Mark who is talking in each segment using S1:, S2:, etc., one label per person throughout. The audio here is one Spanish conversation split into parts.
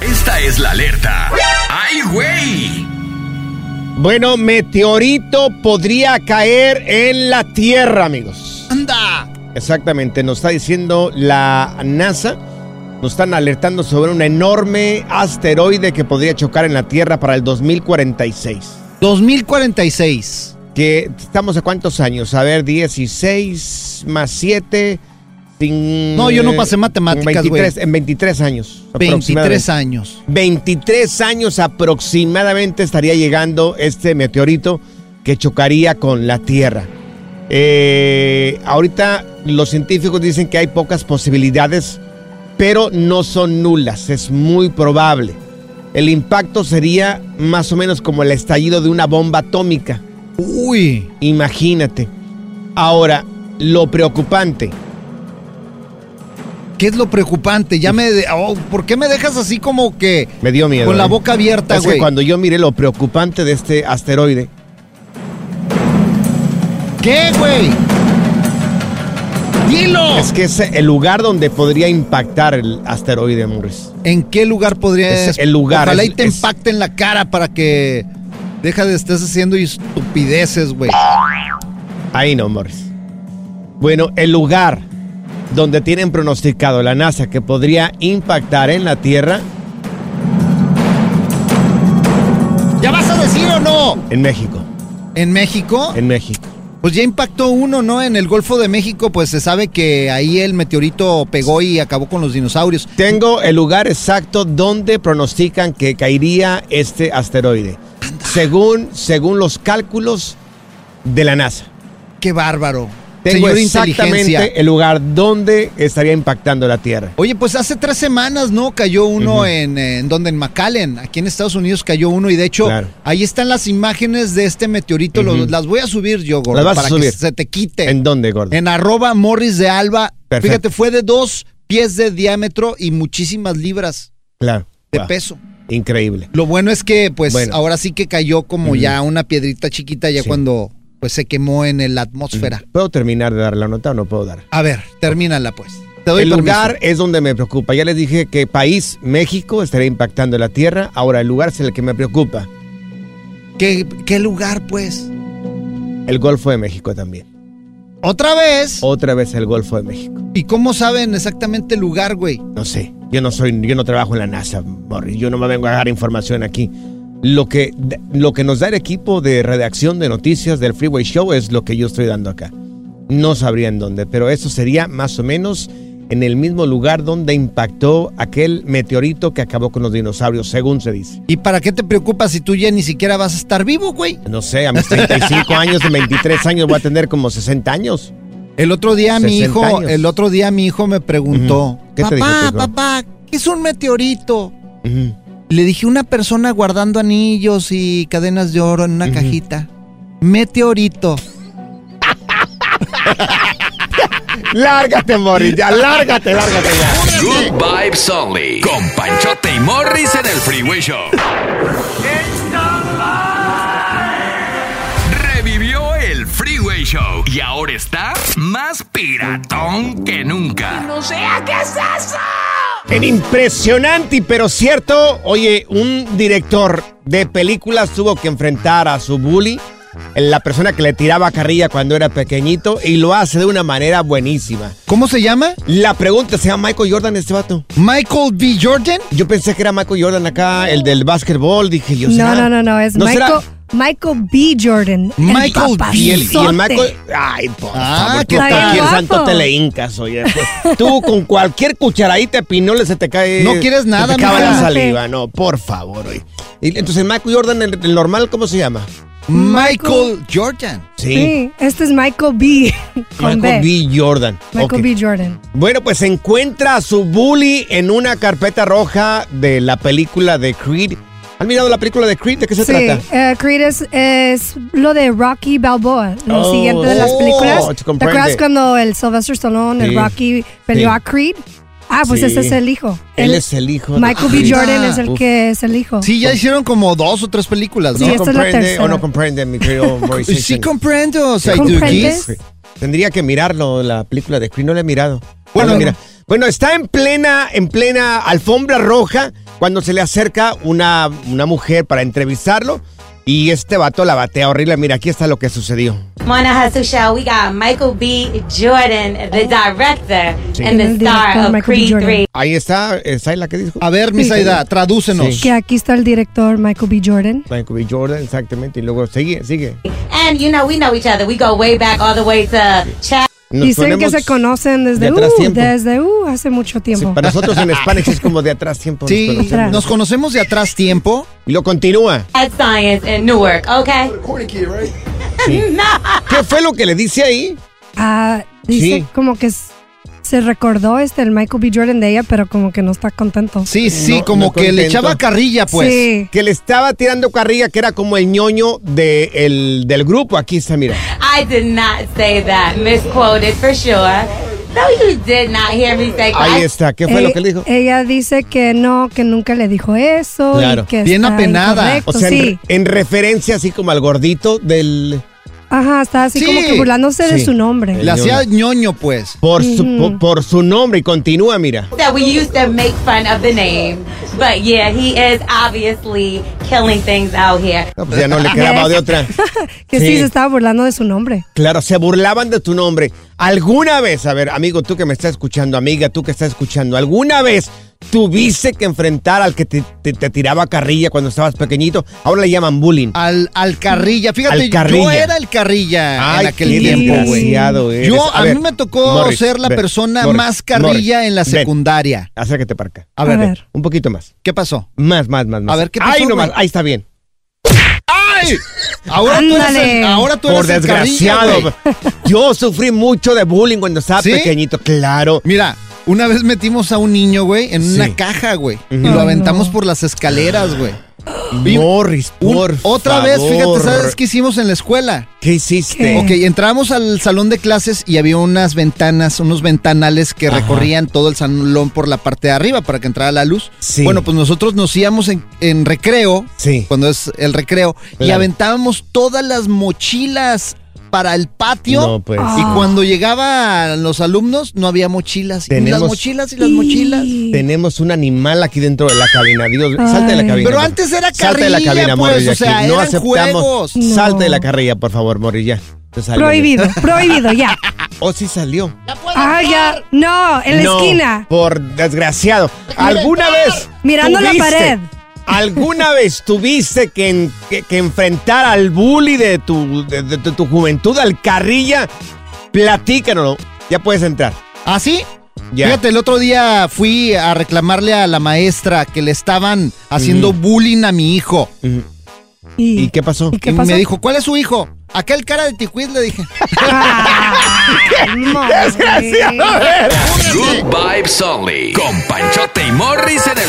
S1: Esta es la alerta. ¡Ay, güey!
S2: Bueno, meteorito podría caer en la Tierra, amigos.
S3: ¡Anda!
S2: Exactamente, nos está diciendo la NASA. Nos están alertando sobre un enorme asteroide que podría chocar en la Tierra para el 2046.
S3: 2046.
S2: Que estamos a cuántos años? A ver, 16 más 7. sin-
S3: No, yo no pasé matemáticas,
S2: Eh, en 23,
S3: güey.
S2: En 23 años. aproximadamente.
S3: 23 años.
S2: 23 años aproximadamente estaría llegando este meteorito que chocaría con la Tierra. Eh, ahorita los científicos dicen que hay pocas posibilidades, pero no son nulas, es muy probable. El impacto sería más o menos como el estallido de una bomba atómica.
S3: Uy.
S2: Imagínate. Ahora, lo preocupante,
S3: ¿Qué es lo preocupante? Ya me... de- oh, ¿Por qué me dejas así como que...
S2: me dio miedo.
S3: Con la
S2: ¿eh?
S3: boca abierta,
S2: Es que
S3: güey.
S2: cuando yo miré lo preocupante de este asteroide,
S3: ¿Qué, güey? ¡Dilo!
S2: Es que es el lugar donde podría impactar el asteroide Morris.
S3: ¿En qué lugar podrías...?
S2: Es el lugar,
S3: Ojalá
S2: es-
S3: y te
S2: es-
S3: impacte en la cara para que... Deja de estés haciendo estupideces, güey.
S2: Ahí no, Morris. Bueno, el lugar donde tienen pronosticado la NASA que podría impactar en la Tierra,
S3: ¿Ya vas a decir o no?
S2: en México.
S3: ¿En México?
S2: En México.
S3: Pues ya impactó uno, ¿no? En el Golfo de México, pues se sabe que ahí el meteorito pegó y acabó con los dinosaurios.
S2: Tengo el lugar exacto donde pronostican que caería este asteroide. Según, según los cálculos de la NASA.
S3: ¡Qué bárbaro!
S2: Tengo
S3: Señor inteligencia.
S2: exactamente el lugar donde estaría impactando la Tierra.
S3: Oye, pues hace tres semanas, ¿no? Cayó uno
S2: Ujú.
S3: en, eh, en donde en McAllen, aquí en Estados Unidos cayó uno y de hecho
S2: Claro.
S3: ahí están las imágenes de este meteorito. Lo-
S2: Ujú.
S3: las voy a subir yo, gordo,
S2: Las vas a
S3: para
S2: subir.
S3: que se te quite.
S2: ¿En dónde, gordo?
S3: En arroba Morris de Alba.
S2: Perfecto.
S3: Fíjate, fue de dos pies de diámetro y muchísimas libras
S2: Claro.
S3: de
S2: Wow.
S3: peso.
S2: Increíble.
S3: Lo bueno es que, pues,
S2: Bueno.
S3: ahora sí que cayó como
S2: Ujú.
S3: ya una piedrita chiquita ya
S2: Sí.
S3: cuando, pues, se quemó en el- la atmósfera.
S2: ¿Puedo terminar de dar la nota o no puedo dar?
S3: A ver, termínala, pues. Te doy
S2: El
S3: permiso.
S2: lugar es donde me preocupa. Ya les dije que país, México, estaría impactando la Tierra. Ahora el lugar es el que me preocupa.
S3: ¿Qué, qué lugar, pues?
S2: el Golfo de México también.
S3: ¿Otra vez?
S2: Otra vez el Golfo de México.
S3: ¿Y cómo saben exactamente el lugar, güey?
S2: No sé, yo no soy, yo no trabajo en la NASA, Morris. Yo no me vengo a dar información aquí. Lo que, lo que nos da el equipo de redacción de noticias del Freeway Show es lo que yo estoy dando acá. No sabría en dónde, pero eso sería más o menos en el mismo lugar donde impactó aquel meteorito que acabó con los dinosaurios, según se dice.
S3: ¿Y para qué te preocupas si tú ya ni siquiera vas a estar vivo, güey?
S2: No sé, a mis 35 años, de 23 años, voy a tener como 60 años.
S3: El otro día mi
S2: 60
S3: hijo,
S2: años.
S3: el otro día mi hijo me preguntó,
S2: Ujú. ¿Qué
S3: papá,
S2: te dijo tu hijo?
S3: papá, ¿qué es un meteorito?
S2: Ujú.
S3: Le dije una persona guardando anillos y cadenas de oro en una
S2: Ujú.
S3: cajita. Meteorito.
S2: Lárgate, Morris, ya, lárgate, lárgate ya.
S4: Good Vibes Only. Con Panchote y Morris en el Freeway Show. Revivió el Freeway Show y ahora está más piratón que nunca.
S2: En impresionante, pero cierto, oye, un director de películas tuvo que enfrentar a su bully, la persona que le tiraba carrilla cuando era pequeñito, y lo hace de una manera buenísima.
S3: ¿Cómo se llama?
S2: La pregunta, ¿se llama Michael Jordan este vato?
S3: Michael B. Jordan.
S2: Yo pensé que era Michael Jordan acá, el del básquetbol, dije yo.
S5: No,
S2: ¿será?
S5: no, no, no, es
S2: ¿No será?
S5: Michael, Michael B. Jordan. el
S3: Michael B.
S2: Y el, y el
S5: papazote.
S2: Michael... Ay, por
S3: Ah,
S2: favor,
S3: ¿qué
S2: tú
S5: tal?
S2: cualquier
S5: Guapo.
S2: santo te le hincas, oye. pues. tú con cualquier cucharadita de pinole se te cae...
S3: No quieres nada,
S2: se te acaba
S3: mi
S2: la
S3: Jordan.
S2: saliva, no, por favor, oye. Y entonces Michael Jordan, el, el normal, ¿cómo se llama?
S3: Michael Jordan.
S5: Sí, este es Michael B. Con
S2: Michael
S5: B.
S2: B. Jordan.
S5: Michael
S2: Ok.
S5: B. Jordan.
S2: Bueno, pues encuentra a su bully en una carpeta roja de la película de Creed. ¿Han mirado la película de Creed? ¿De qué se
S5: sí,
S2: trata?
S5: eh, Creed es, es lo de Rocky Balboa, lo
S2: Oh.
S5: siguiente de las
S2: Oh,
S5: películas.
S2: te
S5: ¿Te
S2: comprende.
S5: acuerdas cuando el Sylvester Stallone,
S2: Sí,
S5: el Rocky, peleó
S2: sí.
S5: a Creed? Ah, pues
S2: Sí.
S5: ese es el hijo.
S2: Él
S5: El-
S2: es el hijo de
S5: Michael B.
S2: Creed. Ah,
S5: Jordan es el
S2: Uf.
S5: que es el hijo.
S3: Sí, ya hicieron como dos o tres películas,
S5: Sí,
S3: ¿no?
S5: esta es la
S2: comprende o
S5: tercera.
S2: no comprende, mi querido Maurice
S3: Sí,
S2: Sexton?
S3: comprendo,
S5: ¿Comprendes?
S3: Saidugis.
S2: Sí. Tendría que mirarlo, la película de Creed, no la he mirado. Bueno,
S3: Bueno.
S2: mira. Bueno, está en plena, en plena alfombra roja cuando se le acerca una, una mujer para entrevistarlo y este vato la batea horrible. Mira, aquí está lo que sucedió.
S6: Mona Hustle Show, we got Michael B. Jordan,
S2: Oh.
S6: the director and
S5: El
S6: the
S5: director
S6: star of
S5: Michael B.
S6: Creed
S5: Jordan.
S6: 3.
S2: Ahí está, eh, Zayla, ¿qué dijo?
S3: A ver, mi
S5: Sí.
S3: Saida, tradúcenos.
S2: Sí.
S5: Que aquí está el director Michael B. Jordan.
S2: Michael B. Jordan, exactamente. Y luego sigue, sigue.
S6: And you know, we know each other. We go way back all the way to Chad.
S2: Nos
S5: Dicen que
S2: ponemos
S5: se conocen
S2: de
S5: desde,
S2: atrás
S5: uh,
S2: tiempo.
S5: desde uh, hace mucho
S2: Sí,
S5: tiempo.
S2: para nosotros en Spanish es como de atrás tiempo. nos
S3: Sí,
S2: conocemos.
S3: nos conocemos de atrás tiempo.
S2: Y lo continúa.
S6: Science in Newark, okay?
S2: ¿Qué fue lo que le dice ahí?
S5: Ah, dice
S2: Sí.
S5: como que s- se recordó este el Michael B. Jordan de ella, pero como que no está contento.
S3: Sí, sí,
S2: No,
S3: como
S2: no
S3: que le
S2: contento.
S3: echaba carrilla, pues.
S5: Sí.
S2: Que le estaba tirando carrilla, que era como el ñoño de el- del grupo. Aquí está, mira.
S6: I did not say that. Misquoted for sure. No, you did not hear me say
S2: Ahí
S6: that.
S2: está. ¿Qué fue lo
S5: Eh,
S2: que le dijo?
S5: Ella dice que no, que nunca le dijo eso. y
S2: Claro.
S5: que
S3: Bien
S5: está
S3: apenada.
S5: incorrecto,
S2: O sea, en,
S5: sí.
S2: en referencia así como al gordito del...
S5: Ajá, está así
S3: Sí.
S5: como que burlándose de
S2: Sí.
S5: su nombre.
S3: Le hacía ñoño, pues.
S2: Por su, po- por su nombre y continúa, mira.
S6: That we used to make fun of the name. But yeah, he is obviously killing things out here.
S2: No, pues ya no le quedaba de otra.
S5: que sí.
S2: sí.
S5: se estaba burlando de su nombre.
S2: Claro, se burlaban de tu nombre. ¿Alguna vez, a ver, amigo, tú que me estás escuchando, amiga, tú que estás escuchando, ¿alguna vez tuviste que enfrentar al que te, te- te tiraba carrilla cuando estabas pequeñito? Ahora le llaman bullying.
S3: Al, al carrilla. Fíjate,
S2: Al carrilla.
S3: yo era el carrilla Ah, en aquel
S2: qué
S3: tiempo, güey.
S2: desgraciado eres.
S3: Yo, a,
S2: ver,
S3: mí me tocó
S2: Morris,
S3: ser la
S2: ven,
S3: persona
S2: Morris,
S3: más carrilla
S2: Morris,
S3: en la
S2: ven,
S3: secundaria.
S2: acércate para acá.
S3: A ver,
S5: A
S3: ven.
S5: ver.
S2: Un poquito más.
S3: ¿qué pasó?
S2: Más, más, más, más.
S3: ver, ¿qué pasó,
S2: Ahí nomás,
S3: güey?
S2: ahí está bien.
S3: Ahora tú eres
S5: Ándale.
S3: el, ahora tú
S2: Por
S3: eres el carrilla,
S2: desgraciado.
S3: güey.
S2: Yo sufrí mucho de bullying cuando estaba
S3: ¿Sí?
S2: pequeñito, claro.
S3: Mira, una vez metimos a un niño, güey, en
S2: Sí.
S3: una caja, güey. Y
S5: Ay,
S3: lo aventamos
S5: no.
S3: por las escaleras, güey. Y-
S2: Morris,
S3: Un-
S2: por
S3: otra vez, fíjate,
S2: favor.
S3: ¿sabes qué hicimos en la escuela?
S2: ¿Qué hiciste?
S5: ¿Qué?
S3: Ok, entramos al salón de clases y había unas ventanas, unos ventanales que
S2: Ajá.
S3: recorrían todo el salón por la parte de arriba para que entrara la luz.
S2: Sí.
S3: Bueno, pues nosotros nos íbamos en, en recreo,
S2: Sí.
S3: cuando es el recreo, y
S2: Claro.
S3: aventábamos todas las mochilas para el patio.
S2: No, pues.
S3: Y
S2: Ah.
S3: cuando llegaban los alumnos, no había mochilas. Y las
S2: Tenemos-
S3: mochilas y las mochilas.
S2: Tenemos un animal aquí dentro de la cabina. Dios, salte de la
S3: Ay.
S2: cabina.
S3: Pero
S2: por-
S3: antes era
S2: Salte de la
S3: carrilla,
S2: cabina,
S3: pues,
S2: Morilla.
S3: o sea,
S2: aquí. no
S3: eran
S2: aceptamos.
S3: juegos.
S5: No.
S2: Salte de la carrilla, por favor, Morilla. Te salió.
S5: Prohibido, prohibido, ya.
S2: Oh, sí salió.
S5: Ah, ya. No, en la
S2: No,
S5: esquina.
S2: Por desgraciado. ¿Alguna vez?
S5: Mirando la
S2: tuviste-
S5: pared.
S2: ¿Alguna vez tuviste que, en- que- que enfrentar al bully de tu, de, de- de tu juventud, al carrilla? Platícanos. Ya puedes entrar.
S3: ¿Ah, sí?
S2: Ya.
S3: Fíjate, el otro día fui a reclamarle a la maestra que le estaban haciendo bullying a mi hijo.
S2: ¿Y qué pasó?
S3: Y me dijo, ¿cuál es su hijo? Aquel cara de ticuiz le dije.
S2: Ah,
S4: Good vibes only. Con Panchote y Morris en el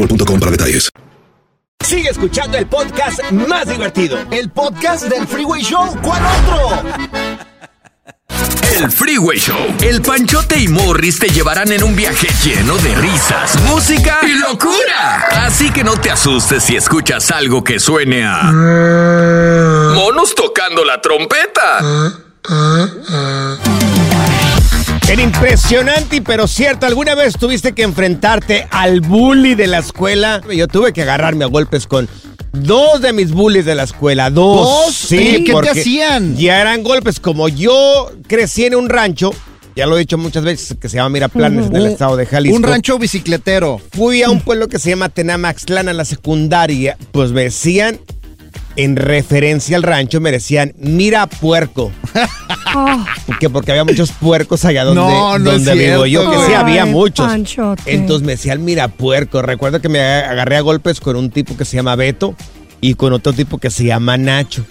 S1: para detalles.
S2: Sigue escuchando el podcast más divertido.
S3: El podcast del Freeway Show. ¿Cuál otro?
S4: El Freeway Show. El Panchote y Morris te llevarán en un viaje lleno de risas, música y locura. Así que no te asustes si escuchas algo que suene a. Monos tocando la trompeta.
S2: El impresionante y pero cierto, ¿alguna vez tuviste que enfrentarte al bully de la escuela? Yo tuve que agarrarme a golpes con dos de mis bullies de la escuela. Dos.
S3: ¿Dos? ¿Y qué te
S2: porque
S3: hacían?
S2: Ya eran golpes. Como yo crecí en un rancho, ya lo he dicho muchas veces, que se llama Miraplanes en el
S3: Un-
S2: estado de Jalisco.
S3: Un rancho bicicletero.
S2: Fui a un pueblo que se llama Tenamaxtlán a la secundaria. Pues me decían, en referencia al rancho, me decían, mira puerco. ¿Por qué? Porque había muchos puercos allá donde,
S3: No, no es
S2: donde
S3: cierto,
S2: vivo yo, que sí
S3: güey.
S2: había
S5: Oh. Ay,
S2: muchos.
S5: Panchote.
S2: Entonces me decían, mira puerco. Recuerdo que me agarré a golpes con un tipo que se llama Beto y con otro tipo que se llama Nacho.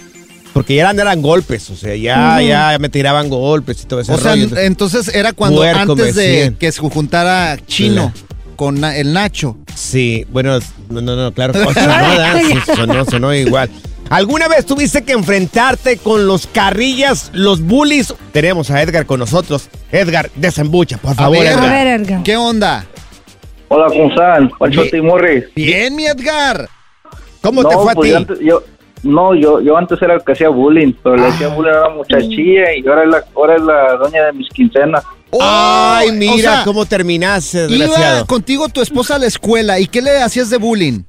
S2: Porque ya eran, eran golpes, o sea, ya,
S3: Ujú.
S2: ya me tiraban golpes y todo ese
S3: O sea,
S2: rollo.
S3: entonces era cuando
S2: Puerco
S3: antes
S2: me
S3: de
S2: decían.
S3: que se juntara Chino con na- el Nacho.
S2: Sí, bueno, no, no, no, claro. O sea, no, ¿verdad? Sí, sonó, sonó igual. ¿Alguna vez tuviste que enfrentarte con los carrillas, los bullies? Tenemos a Edgar con nosotros. Edgar, desembucha, por favor, Edgar.
S3: ¿Qué onda?
S7: Hola, ¿cómo están? Panchote y Morris.
S3: Bien, mi Edgar. ¿Cómo te
S7: No,
S3: fue a
S7: pues yo
S3: ti?
S7: antes- yo- no, yo, yo antes era el que hacía bullying, pero le
S3: Ah,
S7: hacía bullying a la muchachilla y ahora es la, ahora es la doña de mis quincenas.
S2: Ay, mira
S3: Oh, o sea,
S2: cómo terminaste,
S3: Iba
S2: desgraciado.
S3: contigo tu esposa a la escuela y ¿qué le hacías de bullying?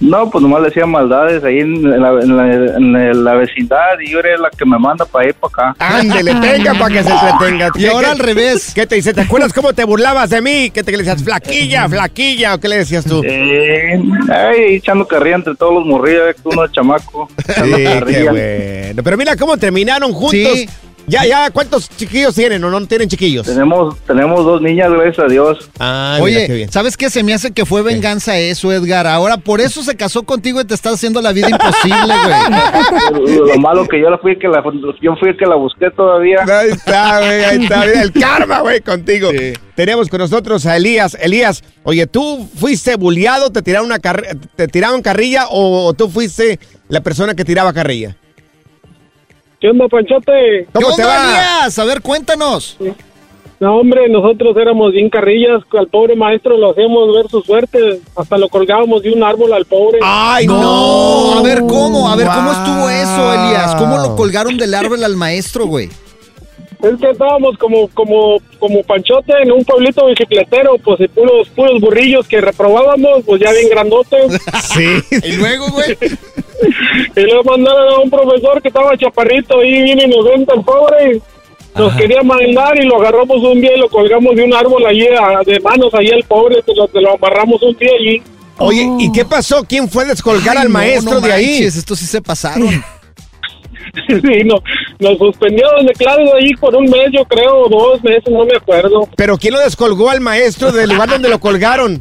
S7: No, pues nomás le hacía maldades ahí en la, en la- en la vecindad y ahora es la que me manda para ir para acá.
S2: Ándele, tenga para que se entretenga.
S3: Y ahora al
S2: revés. ¿Qué te dice? ¿Te acuerdas cómo te burlabas de mí? ¿Qué te que le decías? Flaquilla, flaquilla. ¿O qué le decías tú?
S7: Eh, ay, echando carrilla entre todos los morrillos, ya ves que uno es chamaco.
S2: Sí, qué bueno. Pero mira cómo terminaron juntos. Ya, ya, ¿cuántos chiquillos tienen o no tienen chiquillos?
S7: Tenemos, tenemos dos niñas, gracias a Dios.
S2: Ah,
S3: Oye, ¿sabes qué? Se me hace que fue venganza eso, Edgar. Ahora, por eso se casó contigo y te está haciendo la vida imposible, güey.
S7: Lo, lo malo que yo la fui que la yo fui el que la busqué todavía.
S2: Ahí está, güey, ahí está. Mira, el karma, güey, contigo. Tenemos con nosotros a Elías. Elías, oye, ¿tú fuiste bulleado, te tiraron, una carri- te tiraron carrilla o, o tú fuiste la persona que tiraba carrilla?
S8: ¿Qué onda, Panchote?
S2: ¿Cómo
S3: ¿Qué
S2: te
S3: onda,
S2: va?
S3: Elías? A ver, cuéntanos.
S8: No, hombre, nosotros éramos bien carrillas. Al pobre maestro lo hacíamos ver su suerte. Hasta lo colgábamos de un árbol al pobre.
S2: ¡Ay, no!
S3: A ver, ¿cómo? A ver, ¿cómo estuvo eso, Elías? ¿Cómo lo colgaron del árbol al maestro, güey?
S8: Es que estábamos como, como, como Panchote en un pueblito bicicletero, pues y puros, puros burrillos que reprobábamos, pues ya bien grandotes.
S2: Sí.
S3: Y luego, güey.
S8: y luego mandaron a un profesor que estaba chaparrito ahí, bien inocente, el pobre. Nos quería mandar y lo agarramos un día y lo colgamos de un árbol allí a- de manos allí al pobre, te lo, te lo amarramos un día allí.
S2: Oye, ¿y qué pasó? ¿Quién fue a descolgar
S3: Oh. Ay,
S2: al
S3: no,
S2: maestro
S3: no
S2: de ahí?
S3: manches, estos sí se pasaron.
S8: Sí, no, nos suspendieron de clases ahí por un mes, yo creo, o dos meses, no me acuerdo.
S2: ¿Pero quién lo descolgó al maestro del lugar donde lo colgaron?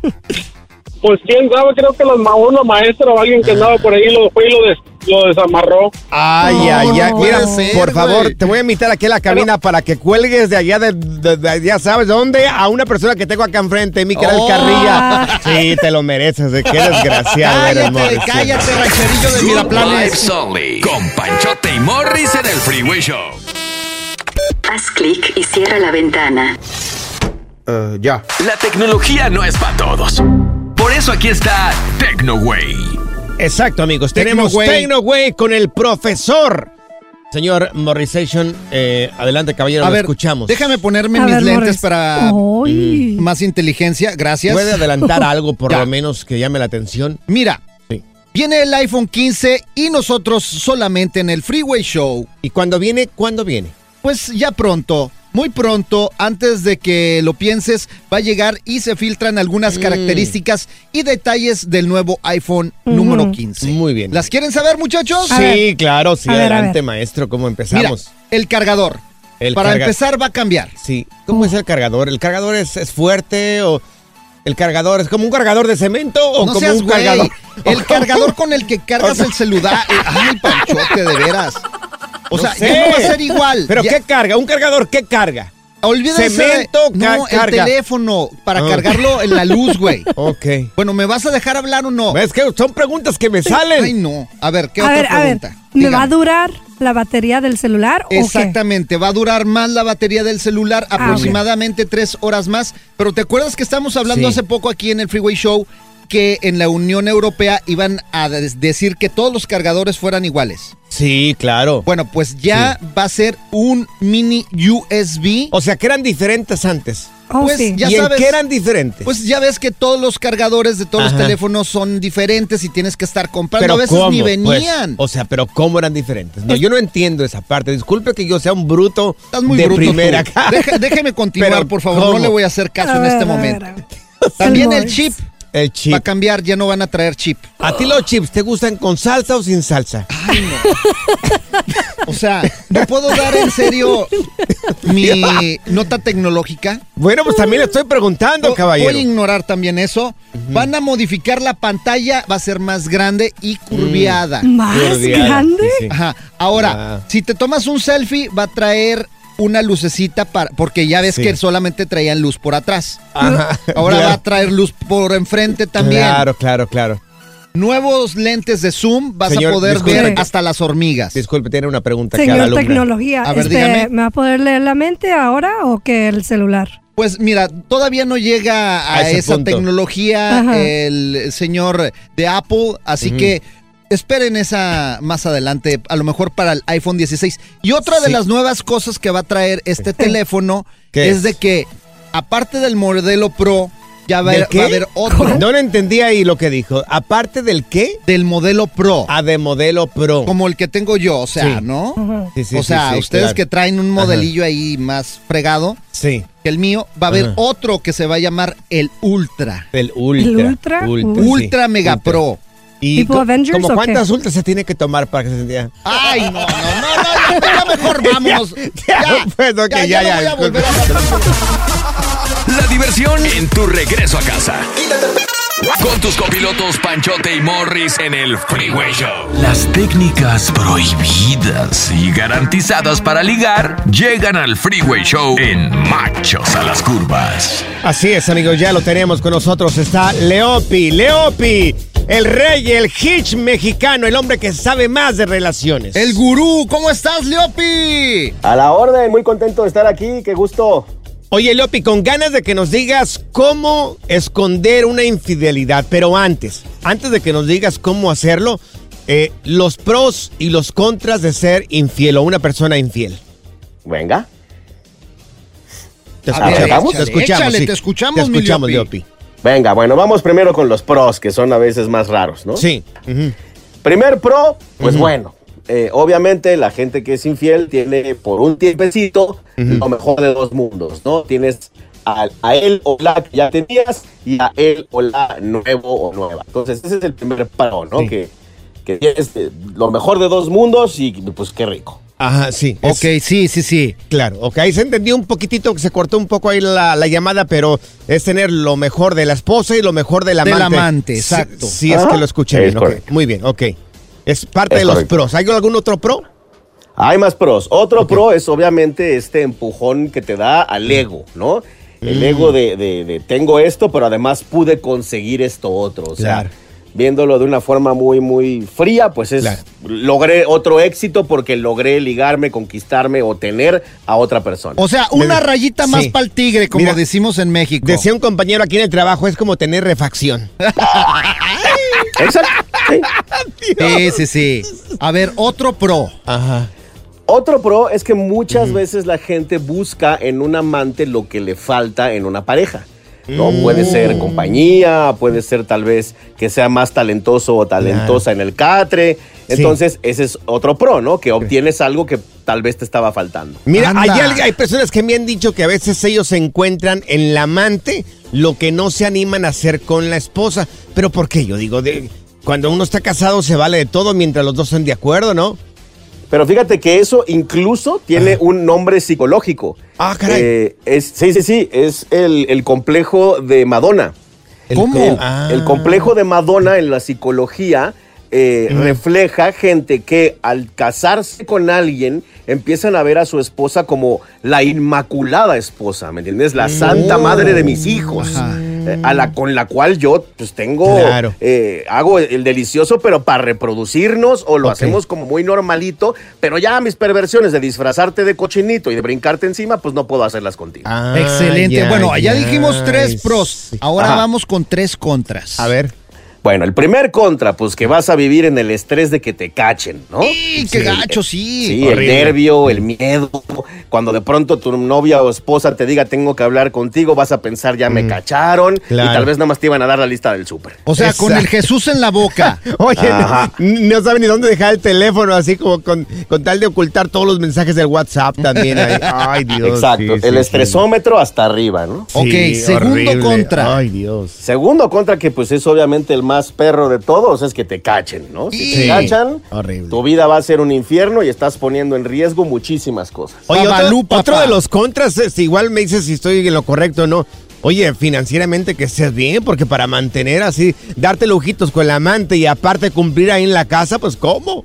S8: Pues quién sabe, creo que los ma una maestra o alguien que andaba por ahí lo fue y lo, des- lo desamarró.
S2: Ay, ay, ay. Mira, por favor, te voy a invitar aquí a la cabina para que cuelgues de allá, de, de- de- ya sabes dónde, a una persona que tengo acá enfrente, mi canal
S3: Oh.
S2: Carrilla. Sí, te lo mereces, eh, qué desgraciado eres,
S3: Cállate,
S2: Morris.
S3: cállate, rancherillo de
S4: Good
S3: Miraplanes.
S4: vibes only. Con Panchote y Morris en el Freeway Show.
S9: Haz clic y cierra la ventana.
S4: ya. La tecnología no es para todos. Por eso aquí está TecnoWay.
S2: Exacto, amigos. Tenemos
S4: Tecnoway.
S2: Tecnoway con el profesor. Señor Morrisation, eh, adelante, caballero,
S3: A
S2: lo
S3: ver,
S2: escuchamos.
S3: déjame ponerme
S2: A
S3: mis
S2: ver,
S3: lentes
S2: Morris.
S3: para
S2: Ay.
S3: mm, más inteligencia. Gracias.
S2: ¿Puede adelantar algo, por
S3: Ya.
S2: lo menos, que llame la atención?
S3: Mira, viene el iPhone 15 y nosotros solamente en el Freeway Show.
S2: ¿Y cuando viene? ¿Cuándo viene?
S3: Pues ya pronto. Muy pronto, antes de que lo pienses, va a llegar y se filtran algunas
S2: Mm.
S3: características y detalles del nuevo iPhone número 15.
S2: Muy bien.
S3: ¿Las quieren saber, muchachos?
S2: Sí, claro, sí. adelante, maestro, ¿cómo
S3: Mira,
S2: empezamos?
S3: el cargador.
S2: El
S3: Para
S2: carga-
S3: empezar, va a cambiar.
S2: Sí. ¿Cómo es el cargador? ¿El cargador es, es fuerte o el cargador es como un cargador de cemento o
S3: no
S2: como
S3: seas
S2: un
S3: güey.
S2: cargador?
S3: El cargador con el que cargas el celular. Ay, panchote, de veras. O sea,
S2: sé.
S3: ya no va a ser igual.
S2: ¿Pero
S3: Ya-
S2: qué carga? ¿Un cargador qué carga?
S3: Olvídense
S2: Cemento,
S3: de-
S2: ca-
S3: no,
S2: carga.
S3: el teléfono para
S2: Ah.
S3: cargarlo en la luz, güey.
S2: Ok.
S3: Bueno, ¿me vas a dejar hablar o no?
S2: Es que son preguntas que me salen.
S3: Ay, no. A ver, ¿qué
S5: a
S3: otra
S5: ver, a ver,
S3: pregunta?
S5: ¿me
S3: Dígame.
S5: va a durar la batería del celular o Ah,
S3: Exactamente, va a durar más la batería del celular,
S5: ok.
S3: aproximadamente tres horas más. Pero ¿te acuerdas que estamos hablando
S2: Sí.
S3: hace poco aquí en el Freeway Show que en la Unión Europea iban a des- decir que todos los cargadores fueran iguales?
S2: Sí, claro.
S3: Bueno, pues ya va a ser un mini USB.
S2: O sea, que eran diferentes antes.
S5: Oh,
S3: pues
S5: sí.
S3: ya
S2: ¿Y en
S3: sabes.
S2: qué eran diferentes?
S3: Pues ya ves que todos los cargadores de todos
S2: Ajá.
S3: los teléfonos son diferentes y tienes que estar comprando. a veces ni
S2: Pues,
S3: venían.
S2: o sea, pero ¿cómo eran diferentes? No, yo no entiendo esa parte. Disculpe que yo sea un bruto
S3: Estás muy
S2: de
S3: bruto.
S2: primera
S3: tú.
S2: acá.
S3: Deja- déjeme continuar,
S2: Pero,
S3: por favor.
S2: ¿cómo?
S3: No le voy a hacer caso
S5: A
S3: en
S5: ver,
S3: este
S5: a ver,
S3: momento.
S5: a
S3: También el
S5: Morris.
S3: chip
S2: El
S3: va a
S2: chip.
S3: cambiar, ya no van a traer chip.
S2: ¿A ti los chips te gustan con salsa o sin salsa?
S3: O sea,
S2: Pues.
S3: no puedo dar en serio mi nota tecnológica.
S2: Bueno, pues también le estoy preguntando,
S3: No,
S2: caballero.
S3: Voy a ignorar también eso. Van a modificar la pantalla, va a ser más grande y curviada.
S5: qué? Mm. ¿Más
S2: Curviada,
S5: grande?
S2: sí, sí.
S3: Ajá. Ahora,
S2: Ah.
S3: si te tomas un selfie, va a traer una lucecita para. Porque ya ves
S2: Sí.
S3: que solamente traían luz por atrás.
S2: Ajá.
S3: Ahora
S2: Claro.
S3: va a traer luz por enfrente también.
S2: Claro, claro, claro.
S3: Nuevos lentes de zoom, vas
S2: Señor,
S3: a poder
S2: disculpe.
S3: ver hasta las hormigas.
S2: Disculpe, tiene una pregunta cada
S5: Señor
S2: alumna.
S5: tecnología,
S3: A ver,
S5: este,
S3: dígame.
S5: ¿me va a poder leer la mente ahora o que el celular?
S3: Pues mira, todavía no llega a,
S2: A ese
S3: esa
S2: punto.
S3: tecnología
S5: Ajá.
S3: el señor de Apple, así que esperen esa más adelante, a lo mejor para el iPhone 16. Y otra de
S2: Sí.
S3: las nuevas cosas que va a traer este teléfono
S2: ¿Qué
S3: es,
S2: es?
S3: de que aparte del modelo Pro, ya va, a
S2: ¿Del
S3: haber-
S2: qué?
S3: va a haber otro
S2: No lo entendí ahí lo que dijo. Aparte del qué,
S3: del modelo Pro,
S2: a de modelo pro.
S3: como el que tengo yo, o sea,
S2: Sí.
S3: ¿no?
S2: Sí, sí,
S3: o
S2: sí,
S3: sea,
S2: sí,
S3: ustedes
S2: claro.
S3: que traen un modelillo ahí más fregado
S2: Sí,
S3: que el mío, va a haber
S2: Ajá.
S3: otro que se va a llamar el Ultra.
S2: el ultra.
S5: ¿El
S2: Ultra,
S5: ultra? Uy.
S2: sí,
S3: Ultra Mega
S2: ultra.
S3: Pro.
S2: ¿Y
S5: ¿Tipo
S2: co-
S5: Avengers
S2: como
S5: o qué?
S2: cuántas ultras se tiene que tomar para que se entienda?
S3: Ay, no, no, no, no, no. Ya mejor vámonos. Ya,
S2: bueno,
S3: ya, ya, no voy a volver a-
S4: La diversión en tu regreso a casa. Con tus copilotos Panchote y Morris en el Freeway Show. Las técnicas prohibidas y garantizadas para ligar llegan al Freeway Show en Machos a las Curvas.
S2: Así es, amigos, ya lo tenemos con nosotros. Está Leopi, Leopi, el rey, el hitch mexicano, el hombre que sabe más de relaciones. El
S3: gurú, ¿cómo estás, Leopi?
S10: A la orden, muy contento de estar aquí, qué gusto.
S2: Oye, Leopi, con ganas de que nos digas cómo esconder una infidelidad, pero antes, antes de que nos digas cómo hacerlo, eh, los pros y los contras de ser infiel o una persona infiel.
S10: Venga.
S2: Te
S10: A ver,
S2: escuchamos, te
S10: Ah, pues, échale,
S2: escuchamos,
S10: échale,
S2: sí.
S10: te escuchamos,
S2: Te
S10: mi
S2: escuchamos,
S10: Leopi.
S2: Leopi.
S10: Venga, bueno, vamos primero con los pros, que son a veces más raros, ¿no?
S2: Sí.
S10: Primer pro, pues bueno, eh, obviamente la gente que es infiel tiene por un tiempecito lo mejor de dos mundos, ¿no? Tienes a, a él o la que ya tenías y a él o la nuevo o nueva. Entonces ese es el primer pro, ¿no? Que, que tienes eh, lo mejor de dos mundos y pues qué rico.
S2: Ajá, sí. Ok,
S3: sí, sí, sí.
S2: Claro, ok. Ahí se entendió un poquitito, que se cortó un poco ahí la, la llamada, pero es tener lo mejor de la esposa y lo mejor del
S3: Del
S2: amante.
S3: amante,
S2: Si-
S3: exacto.
S2: Si, es
S3: Ajá.
S2: que lo escuché
S10: Es
S2: bien, ok.
S10: correcto.
S2: Muy bien, ok. Es parte
S10: Es
S2: de los
S10: correcto.
S2: pros. ¿Hay algún otro pro?
S10: Hay más pros. Otro pro es obviamente este empujón que te da al ego, ¿no? El
S2: Mm.
S10: ego de, de- de tengo esto, pero además pude conseguir esto otro. O sea, viéndolo de una forma muy, muy fría, pues es logré otro éxito porque logré ligarme, conquistarme o tener a otra persona.
S3: O sea, una rayita más
S10: Sí.
S3: para el tigre, como
S10: Mira.
S3: decimos en México.
S2: Decía un compañero aquí en el trabajo, es como tener refacción.
S3: Sí, sí, sí. A ver, otro pro.
S2: Ajá.
S10: Otro pro es que muchas veces la gente busca en un amante lo que le falta en una pareja. No
S2: Mm.
S10: puede ser compañía, puede ser tal vez que sea más talentoso o talentosa en el catre. Entonces, ese es otro pro, ¿no? Que obtienes algo que tal vez te estaba faltando.
S2: Mira, hay, algu- hay personas que me han dicho que a veces ellos encuentran en la amante lo que no se animan a hacer con la esposa. Pero ¿por qué? Yo digo, de- cuando uno está casado se vale de todo mientras los dos estén de acuerdo, ¿no?
S10: Pero fíjate que eso incluso tiene un nombre psicológico. Ah, caray. es, sí, sí, sí, es el, el complejo de Madonna.
S3: ¿Cómo?
S10: El, ah. el complejo de Madonna en la psicología eh, refleja gente que al casarse con alguien empiezan a ver a su esposa como la inmaculada esposa, ¿me entiendes? La santa madre de mis hijos. eh, A la con la cual yo pues tengo
S2: Claro.
S10: eh, hago el delicioso, pero para reproducirnos o lo
S2: Ok.
S10: hacemos como muy normalito, pero ya mis perversiones de disfrazarte de cochinito y de brincarte encima, pues no puedo hacerlas contigo.
S3: Excelente. bueno, Ah, ya, dijimos tres
S10: sí.
S3: pros. Ahora
S10: Ajá.
S3: vamos con tres contras. A
S2: ver.
S10: Bueno, el primer contra, pues que vas a vivir en el estrés de que te cachen, ¿no?
S3: Ah, Sí, qué gacho, sí.
S10: Sí,
S3: Horrible.
S10: el nervio, el miedo. Cuando de pronto tu novia o esposa te diga tengo que hablar contigo, vas a pensar ya
S3: Mm.
S10: me cacharon
S2: Claro.
S10: y tal vez nada más te iban a dar la lista del súper.
S3: O sea, con el Jesús en la boca.
S2: Oye,
S10: Ajá.
S2: no, no saben ni dónde dejar el teléfono, así como con, con tal de ocultar todos los mensajes del WhatsApp también. ahí. Ay, Dios.
S10: Exacto,
S2: sí,
S10: el
S2: sí,
S10: estresómetro hasta arriba, ¿no?
S2: Sí, Ok, segundo horrible. contra. Ay, Dios.
S10: Segundo contra que pues es obviamente el más perro de todos, es que te cachen, ¿no? Si te
S2: Sí.
S10: cachan,
S2: Horrible.
S10: tu vida va a ser un infierno y estás poniendo en riesgo muchísimas cosas.
S2: Oye, otro, otro de los contras es, igual me dices si estoy en lo correcto o no. Oye, financieramente que estés bien, porque para mantener así, darte lujitos con la amante y aparte cumplir ahí en la casa, pues ¿cómo?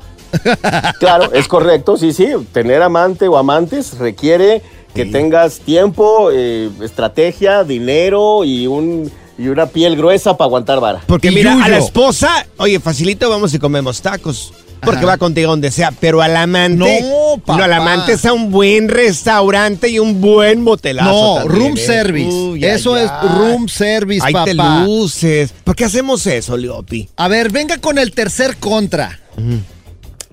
S10: Claro, es correcto, sí, sí. Tener amante o amantes requiere que tengas tiempo, eh, estrategia, dinero y un y una piel gruesa para aguantar vara.
S2: Porque mira, a la esposa, oye, facilito, vamos y comemos tacos. Porque
S10: Ajá.
S2: va contigo donde sea, pero al amante.
S3: No, papá.
S2: al amante es a un buen restaurante y un buen motelazo.
S3: No,
S2: también,
S3: room
S2: ¿eh?
S3: service.
S2: Uy, ay,
S3: Eso es
S2: ay.
S3: room service,
S2: Ahí te
S3: papá.
S2: luces. ¿Por qué hacemos eso, Leopi?
S3: A ver, venga con el tercer contra.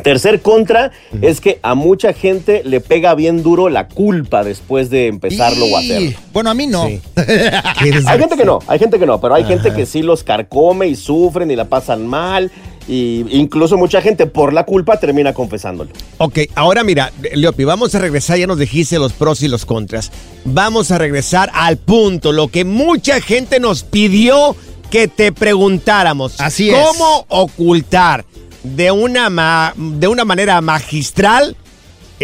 S10: Tercer contra es que a mucha gente le pega bien duro la culpa después de empezarlo o hacerlo.
S3: Bueno, a mí no.
S10: Hay gente que no, hay gente que no, pero hay gente que sí los carcome y sufren y la pasan mal. Y incluso mucha gente por la culpa termina confesándolo.
S2: Ok, ahora mira, Leopi, vamos a regresar, ya nos dijiste los pros y los contras. Vamos a regresar al punto, lo que mucha gente nos pidió que te preguntáramos. Así
S3: es.
S2: ¿Cómo ocultar de una, ma- de una manera magistral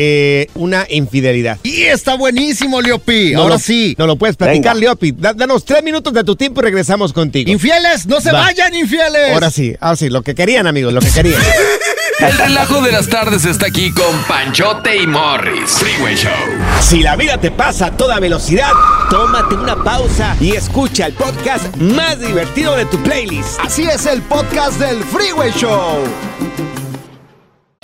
S2: eh, una infidelidad.
S3: Y está buenísimo, Leopi.
S2: No
S3: Ahora
S2: lo-
S3: sí.
S2: No lo puedes platicar,
S3: Venga.
S2: Leopi. Da- danos tres minutos de tu tiempo y regresamos contigo.
S3: Infieles, no se
S2: Va.
S3: vayan, infieles.
S2: Ahora sí, ahora sí, lo que querían, amigos, lo que querían.
S4: El relajo de las tardes está aquí con Panchote y Morris. Freeway Show.
S2: Si la vida te pasa a toda velocidad, tómate una pausa y escucha el podcast más divertido de tu playlist.
S3: Así es el podcast del Freeway Show.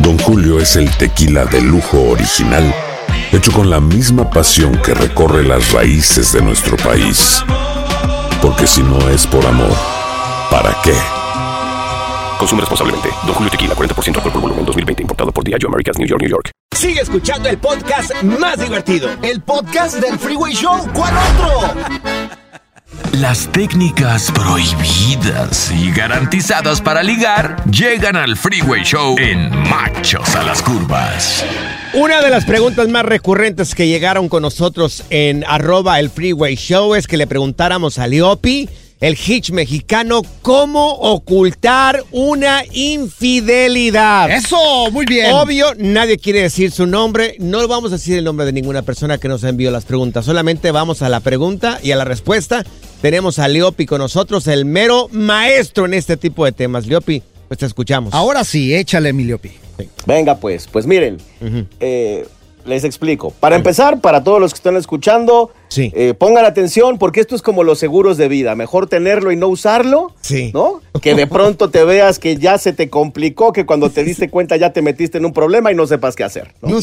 S11: Don Julio es el tequila de lujo original, hecho con la misma pasión que recorre las raíces de nuestro país. Porque si no es por amor, ¿para qué?
S12: Consume responsablemente. Don Julio Tequila, 40% alcohol por volumen 2020, importado por Diageo Americas, New York, New York.
S2: Sigue escuchando el podcast más divertido.
S3: El podcast del Freeway Show. ¿Cuál otro?
S4: Las técnicas prohibidas y garantizadas para ligar llegan al Freeway Show en Machos a las Curvas.
S2: Una de las preguntas más recurrentes que llegaron con nosotros en arroba el Freeway Show es que le preguntáramos a Leopi, el hitch mexicano, cómo ocultar una infidelidad.
S3: Eso, muy bien.
S2: Obvio, nadie quiere decir su nombre. No vamos a decir el nombre de ninguna persona que nos envió las preguntas. Solamente vamos a la pregunta y a la respuesta. Tenemos a Leopi con nosotros, el mero maestro en este tipo de temas. Leopi, pues te escuchamos.
S3: Ahora sí, échale, mi Leopi.
S10: Venga, pues, pues miren, eh, les explico. Para empezar, para todos los que están escuchando, eh, pongan atención porque esto es como los seguros de vida. Mejor tenerlo y no usarlo, ¿no? Que de pronto te veas que ya se te complicó, que cuando te diste cuenta ya te metiste en un problema y no sepas qué hacer.
S2: No,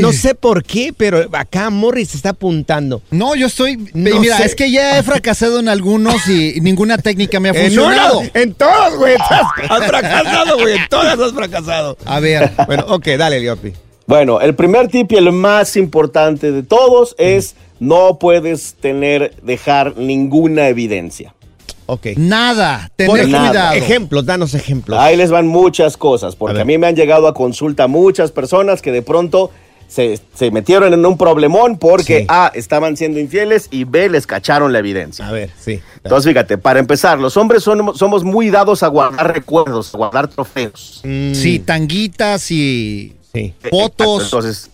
S2: no sé por qué, pero acá Morris está apuntando.
S3: No, yo estoy.
S2: No
S3: mira,
S2: sé.
S3: es que ya he fracasado en algunos y ninguna técnica me ha
S2: En una,
S3: funcionado.
S2: en todas, güey. Has, has fracasado, güey. En todas has fracasado.
S3: A ver.
S2: Bueno, ok, dale, Leopi.
S10: Bueno, el primer tip y el más importante de todos es no puedes tener, dejar ninguna evidencia.
S2: Ok.
S3: Nada.
S2: Por
S10: Tener
S2: ejemplo,
S10: cuidado.
S2: Ejemplos, danos ejemplos.
S10: Ahí les van muchas cosas, porque a, mí me han llegado a consulta muchas personas que de pronto se, se metieron en un problemón porque A, estaban siendo infieles y B, les cacharon la evidencia.
S2: A ver, sí.
S10: Entonces, fíjate, para empezar, los hombres son- somos muy dados a guardar recuerdos, a guardar trofeos.
S2: Mm,
S3: Sí, tanguitas y
S10: Fotos. Entonces,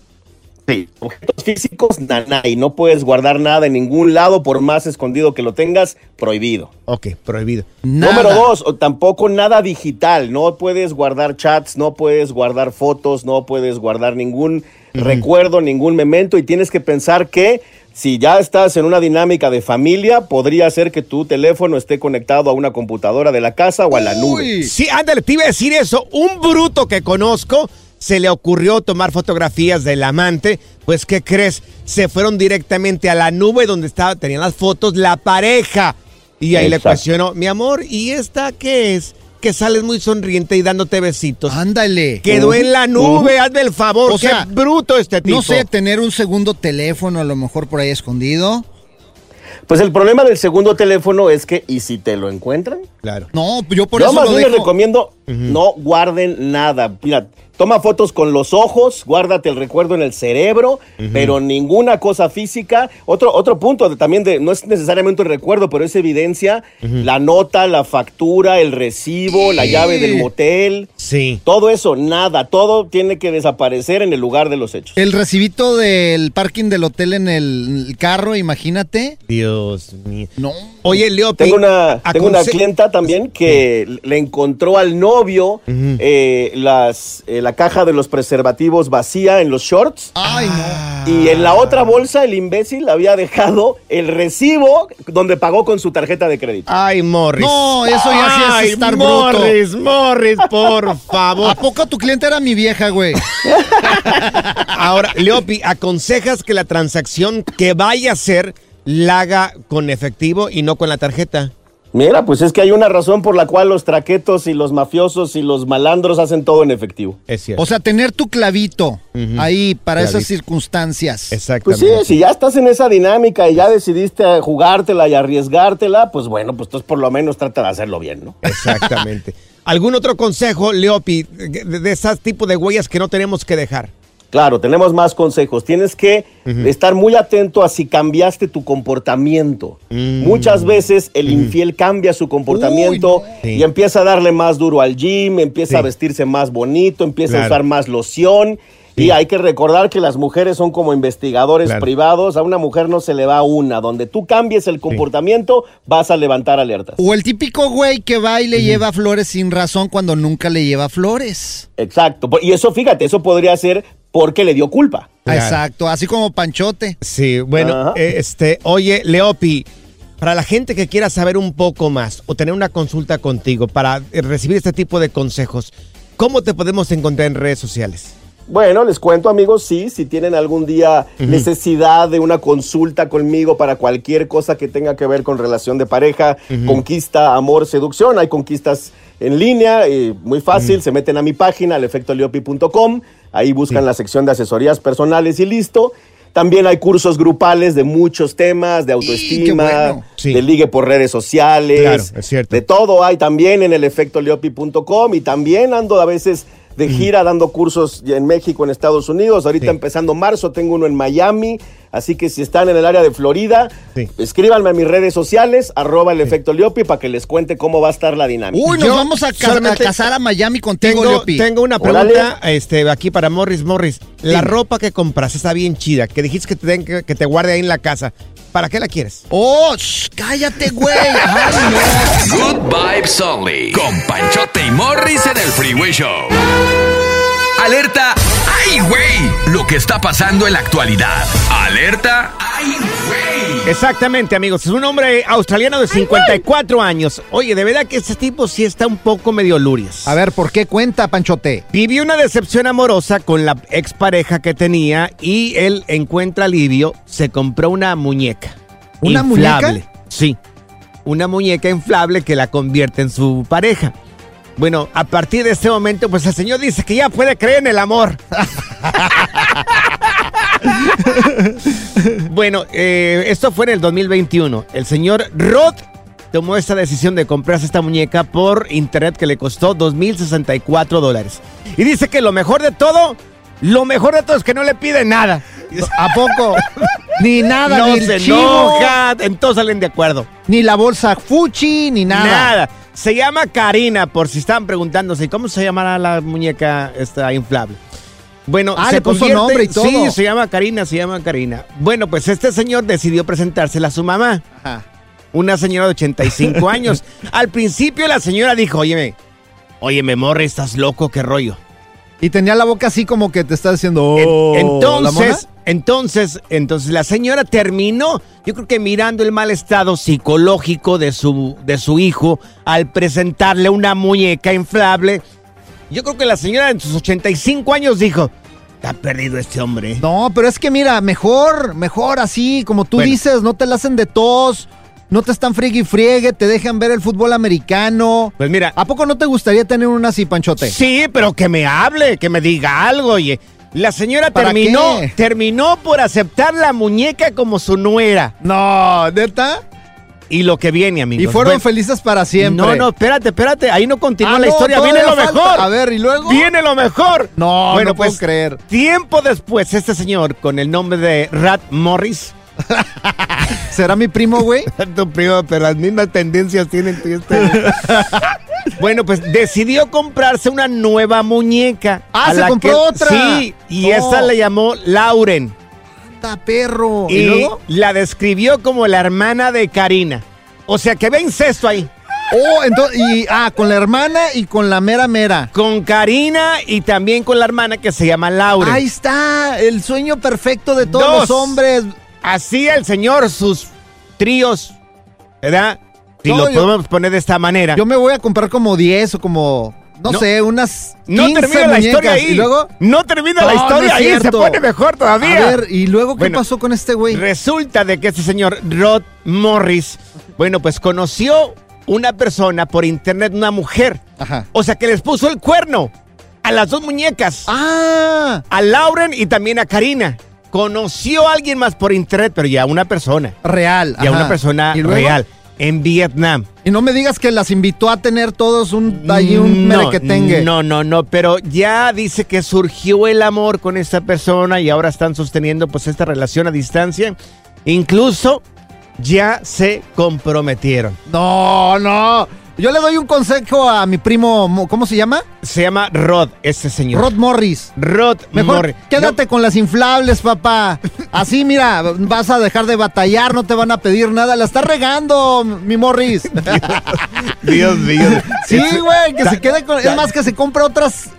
S10: sí, objetos físicos, nada, y no puedes guardar nada en ningún lado, por más escondido que lo tengas, prohibido.
S2: Ok, prohibido.
S10: Número dos, o tampoco nada digital. No puedes guardar chats, no puedes guardar fotos, no puedes guardar ningún recuerdo, ningún memento. Y tienes que pensar que si ya estás en una dinámica de familia, podría ser que tu teléfono esté conectado a una computadora de la casa o a la nube.
S2: Sí, ándale, te iba a decir eso. Un bruto que conozco se le ocurrió tomar fotografías del amante. Pues, ¿qué crees? Se fueron directamente a la nube donde estaba, tenían las fotos la pareja. Y ahí le
S10: Exacto.
S2: cuestionó, mi amor, ¿y esta qué es? Que sales muy sonriente y dándote besitos.
S3: Ándale.
S2: Quedó
S3: Ujú,
S2: en la nube,
S3: ujú.
S2: hazme el favor.
S3: Uh, O sea,
S2: qué bruto este tipo.
S3: No sé, tener un segundo teléfono a lo mejor por ahí escondido.
S10: Pues el problema del segundo teléfono es que, ¿y si te lo encuentran?
S2: Claro.
S3: No, yo por
S10: yo
S3: eso
S10: más
S3: lo
S10: bien les
S3: dejo.
S10: recomiendo no guarden nada. Mira, toma fotos con los ojos, guárdate el recuerdo en el cerebro, pero ninguna cosa física. Otro, otro punto de- también de, no es necesariamente un recuerdo, pero es evidencia, la nota, la factura, el recibo, la llave del motel.
S2: Sí.
S10: Todo eso, nada, todo tiene que desaparecer en el lugar de los hechos.
S3: El recibito del parking del hotel en el el carro, imagínate.
S2: Dios mío.
S3: No.
S2: Oye, Leo,
S10: Tengo una,
S2: aconse-
S10: tengo una clienta también que le encontró al novio eh, las, eh, la la caja de los preservativos vacía en los shorts. Y en la otra bolsa el imbécil había dejado el recibo donde pagó con su tarjeta de crédito.
S2: Ay, Morris.
S3: No, eso ya sí es
S2: Ay,
S3: estar bruto.
S2: Morris, Morris, por favor.
S3: ¿A poco tu cliente era mi vieja, güey?
S2: Ahora, Leopi, ¿aconsejas que la transacción que vaya a hacer la haga con efectivo y no con la tarjeta?
S10: Mira, pues es que hay una razón por la cual los traquetos y los mafiosos y los malandros hacen todo en efectivo.
S2: Es cierto.
S3: O sea, tener tu clavito
S10: Ujú.
S3: ahí para esas
S10: Clavito.
S3: circunstancias.
S10: Pues sí, si ya estás en esa dinámica y ya decidiste jugártela y arriesgártela, pues bueno, pues entonces por lo menos trata de hacerlo bien, ¿no?
S2: Exactamente. ¿Algún otro consejo, Leopi, de, de esas tipo de huellas que no tenemos que dejar?
S10: Claro, tenemos más consejos. Tienes que estar muy atento a si cambiaste tu comportamiento.
S13: Mm.
S10: Muchas veces el infiel cambia su comportamiento y empieza a darle más duro al gym, empieza a vestirse más bonito, empieza a
S14: Claro.
S10: usar más loción. Y hay que recordar que las mujeres son como investigadores privados. A una mujer no se le va una. Donde tú cambies el comportamiento, vas a levantar alertas.
S3: O el típico güey que va y le lleva flores sin razón cuando nunca le lleva flores.
S10: Exacto. Y eso, fíjate, eso podría ser porque le dio culpa.
S3: Ah, Exacto, así como Panchote.
S2: Sí, bueno, eh, este, oye, Leopi, para la gente que quiera saber un poco más o tener una consulta contigo para eh, recibir este tipo de consejos, ¿cómo te podemos encontrar en redes sociales?
S10: Bueno, les cuento amigos, sí, si tienen algún día
S2: Ujú.
S10: necesidad de una consulta conmigo para cualquier cosa que tenga que ver con relación de pareja,
S2: Ujú.
S10: conquista, amor, seducción, hay conquistas en línea, y muy fácil, se meten a mi página, alefectoleopi.com, ahí buscan la sección de asesorías personales y listo. También hay cursos grupales de muchos temas, de autoestima,
S2: bueno. Sí.
S10: de ligue por redes sociales,
S2: Claro, es cierto.
S10: de todo hay también en el efectoleopi.com y también ando a veces de gira dando cursos en México, en Estados Unidos. Ahorita empezando marzo tengo uno en Miami. Así que si están en el área de Florida, escríbanme a mis redes sociales, arroba el efecto Leopi, para que les cuente cómo va a estar la dinámica.
S3: Uy, nos vamos a, ca- a casar a Miami contigo,
S2: Tengo,
S3: Leopi.
S2: tengo una pregunta este, aquí para Morris. Morris, la ropa que compras está bien chida, que dijiste que te, den- que, que te guarde ahí en la casa. ¿Para qué la quieres?
S3: ¡Oh! sh- ¡Cállate, güey! Ay, no.
S4: Good vibes only. Con Panchote y Morris en el Freeway Show. Alerta. ¡Ay, güey! Lo que está pasando en la actualidad. Alerta.
S2: Exactamente, amigos. Es un hombre australiano de 54 años. Oye, de verdad que este tipo sí está un poco medio lurias.
S3: A ver, ¿por qué cuenta, Panchote?
S2: Vivió una decepción amorosa con la expareja que tenía y él encuentra alivio. Se compró una muñeca.
S3: ¿Una muñeca?
S2: Inflable. Sí. Una muñeca inflable que la convierte en su pareja. Bueno, a partir de este momento, pues el señor dice que ya puede creer en el amor. Bueno, eh, esto fue en el 2021. El señor Roth tomó esta decisión de comprarse esta muñeca por internet que le costó 2.064 dólares. Y dice que lo mejor de todo, lo mejor de todo es que no le pide nada.
S3: ¿A poco? Ni nada,
S2: no
S3: ni el
S2: se
S3: chivo.
S2: enoja, entonces salen de acuerdo.
S3: Ni la bolsa Fuchi, ni nada.
S2: Nada. Se llama Karina, por si estaban preguntándose cómo se llamará la muñeca esta inflable. Bueno,
S3: Ah,
S2: se
S3: le puso nombre y todo.
S2: Sí, se llama Karina, se llama Karina. Bueno, pues este señor decidió presentársela a su mamá, una señora de 85 años. Al principio la señora dijo, óyeme, óyeme, morre, estás loco, qué rollo.
S3: Y tenía la boca así como que te está diciendo. "Oh, ¿la mona?".
S2: Entonces, entonces, entonces la señora terminó, yo creo que mirando el mal estado psicológico de su, de su hijo al presentarle una muñeca inflable. Yo creo que la señora en sus 85 años dijo, está perdido este hombre.
S3: No, pero es que mira, mejor, mejor así, como tú dices, no te la hacen de tos, no te están friegue y friegue, te dejan ver el fútbol americano.
S2: Pues mira.
S3: ¿A poco no te gustaría tener una así, Panchote?
S2: Sí, pero que me hable, que me diga algo, oye. La señora
S3: ¿Para
S2: terminó,
S3: qué?
S2: terminó por aceptar la muñeca como su nuera.
S3: No, neta.
S2: Y lo que viene, amigos.
S3: Y fueron
S2: Bueno,
S3: felices para siempre.
S2: No, no, espérate, espérate. Ahí no continúa
S3: Ah,
S2: la
S3: no,
S2: historia. Viene
S3: todavía
S2: lo
S3: falta.
S2: mejor.
S3: A ver, ¿y luego?
S2: Viene lo mejor. pues,
S3: No, no puedo creer.
S2: Tiempo después, este señor con el nombre de Rat Morris.
S3: ¿Será mi primo, güey?
S2: tu primo, pero las mismas tendencias tienen tú y este. bueno, pues decidió comprarse una nueva muñeca.
S3: Ah,
S2: a
S3: se
S2: la
S3: compró otra. Oh.
S2: Sí, y
S3: No.
S2: esa le llamó Lauren.
S3: Está perro.
S2: y la describió como la hermana de Karina. O sea que había incesto ahí.
S3: Oh, entonces, y, ah, con la hermana y con la mera mera.
S2: Con Karina y también con la hermana que se llama Laura.
S3: Ahí está, el sueño perfecto de todos
S2: Dos.
S3: los hombres.
S2: Así el señor, sus tríos, ¿verdad? Si
S3: No,
S2: lo
S3: yo-
S2: podemos poner de esta manera.
S3: Yo me voy a comprar como 10 o como, no,
S2: No.
S3: sé, unas 15
S2: no termina la historia
S3: muñecas.
S2: ahí.
S3: Y luego...
S2: No termina
S3: No,
S2: la
S3: no
S2: historia
S3: es
S2: ahí. Se
S3: cierto.
S2: pone mejor todavía.
S3: A ver, ¿y luego qué
S2: Bueno,
S3: pasó con este güey?
S2: Resulta de que este señor Rod Morris, bueno, pues conoció una persona por internet, una mujer. O sea, que les puso el cuerno a las dos muñecas.
S3: Ah.
S2: A Lauren y también a Karina. Conoció a alguien más por internet, pero ya una persona.
S3: Real.
S2: Ya
S3: ajá.
S2: una persona
S3: ¿Y luego?
S2: real. En Vietnam.
S3: Y no me digas que las invitó a tener todos un, ahí un merequetengue.
S2: Mm, No, no, no, pero ya dice que surgió el amor con esta persona y ahora están sosteniendo pues esta relación a distancia. Incluso ya se comprometieron.
S3: No, no. Yo le doy un consejo a mi primo, Mo- ¿cómo se llama?
S2: Se llama Rod, ese señor.
S3: Rod Morris.
S2: Rod
S3: Mejor
S2: Morris.
S3: quédate con las inflables, papá. Así, mira, vas a dejar de batallar, no te van a pedir nada. La está regando, mi Morris.
S2: Dios mío.
S3: sí,
S2: Ese-
S3: güey, que
S2: Ta-
S3: se quede con... Es
S2: ta-
S3: más, que se compre otras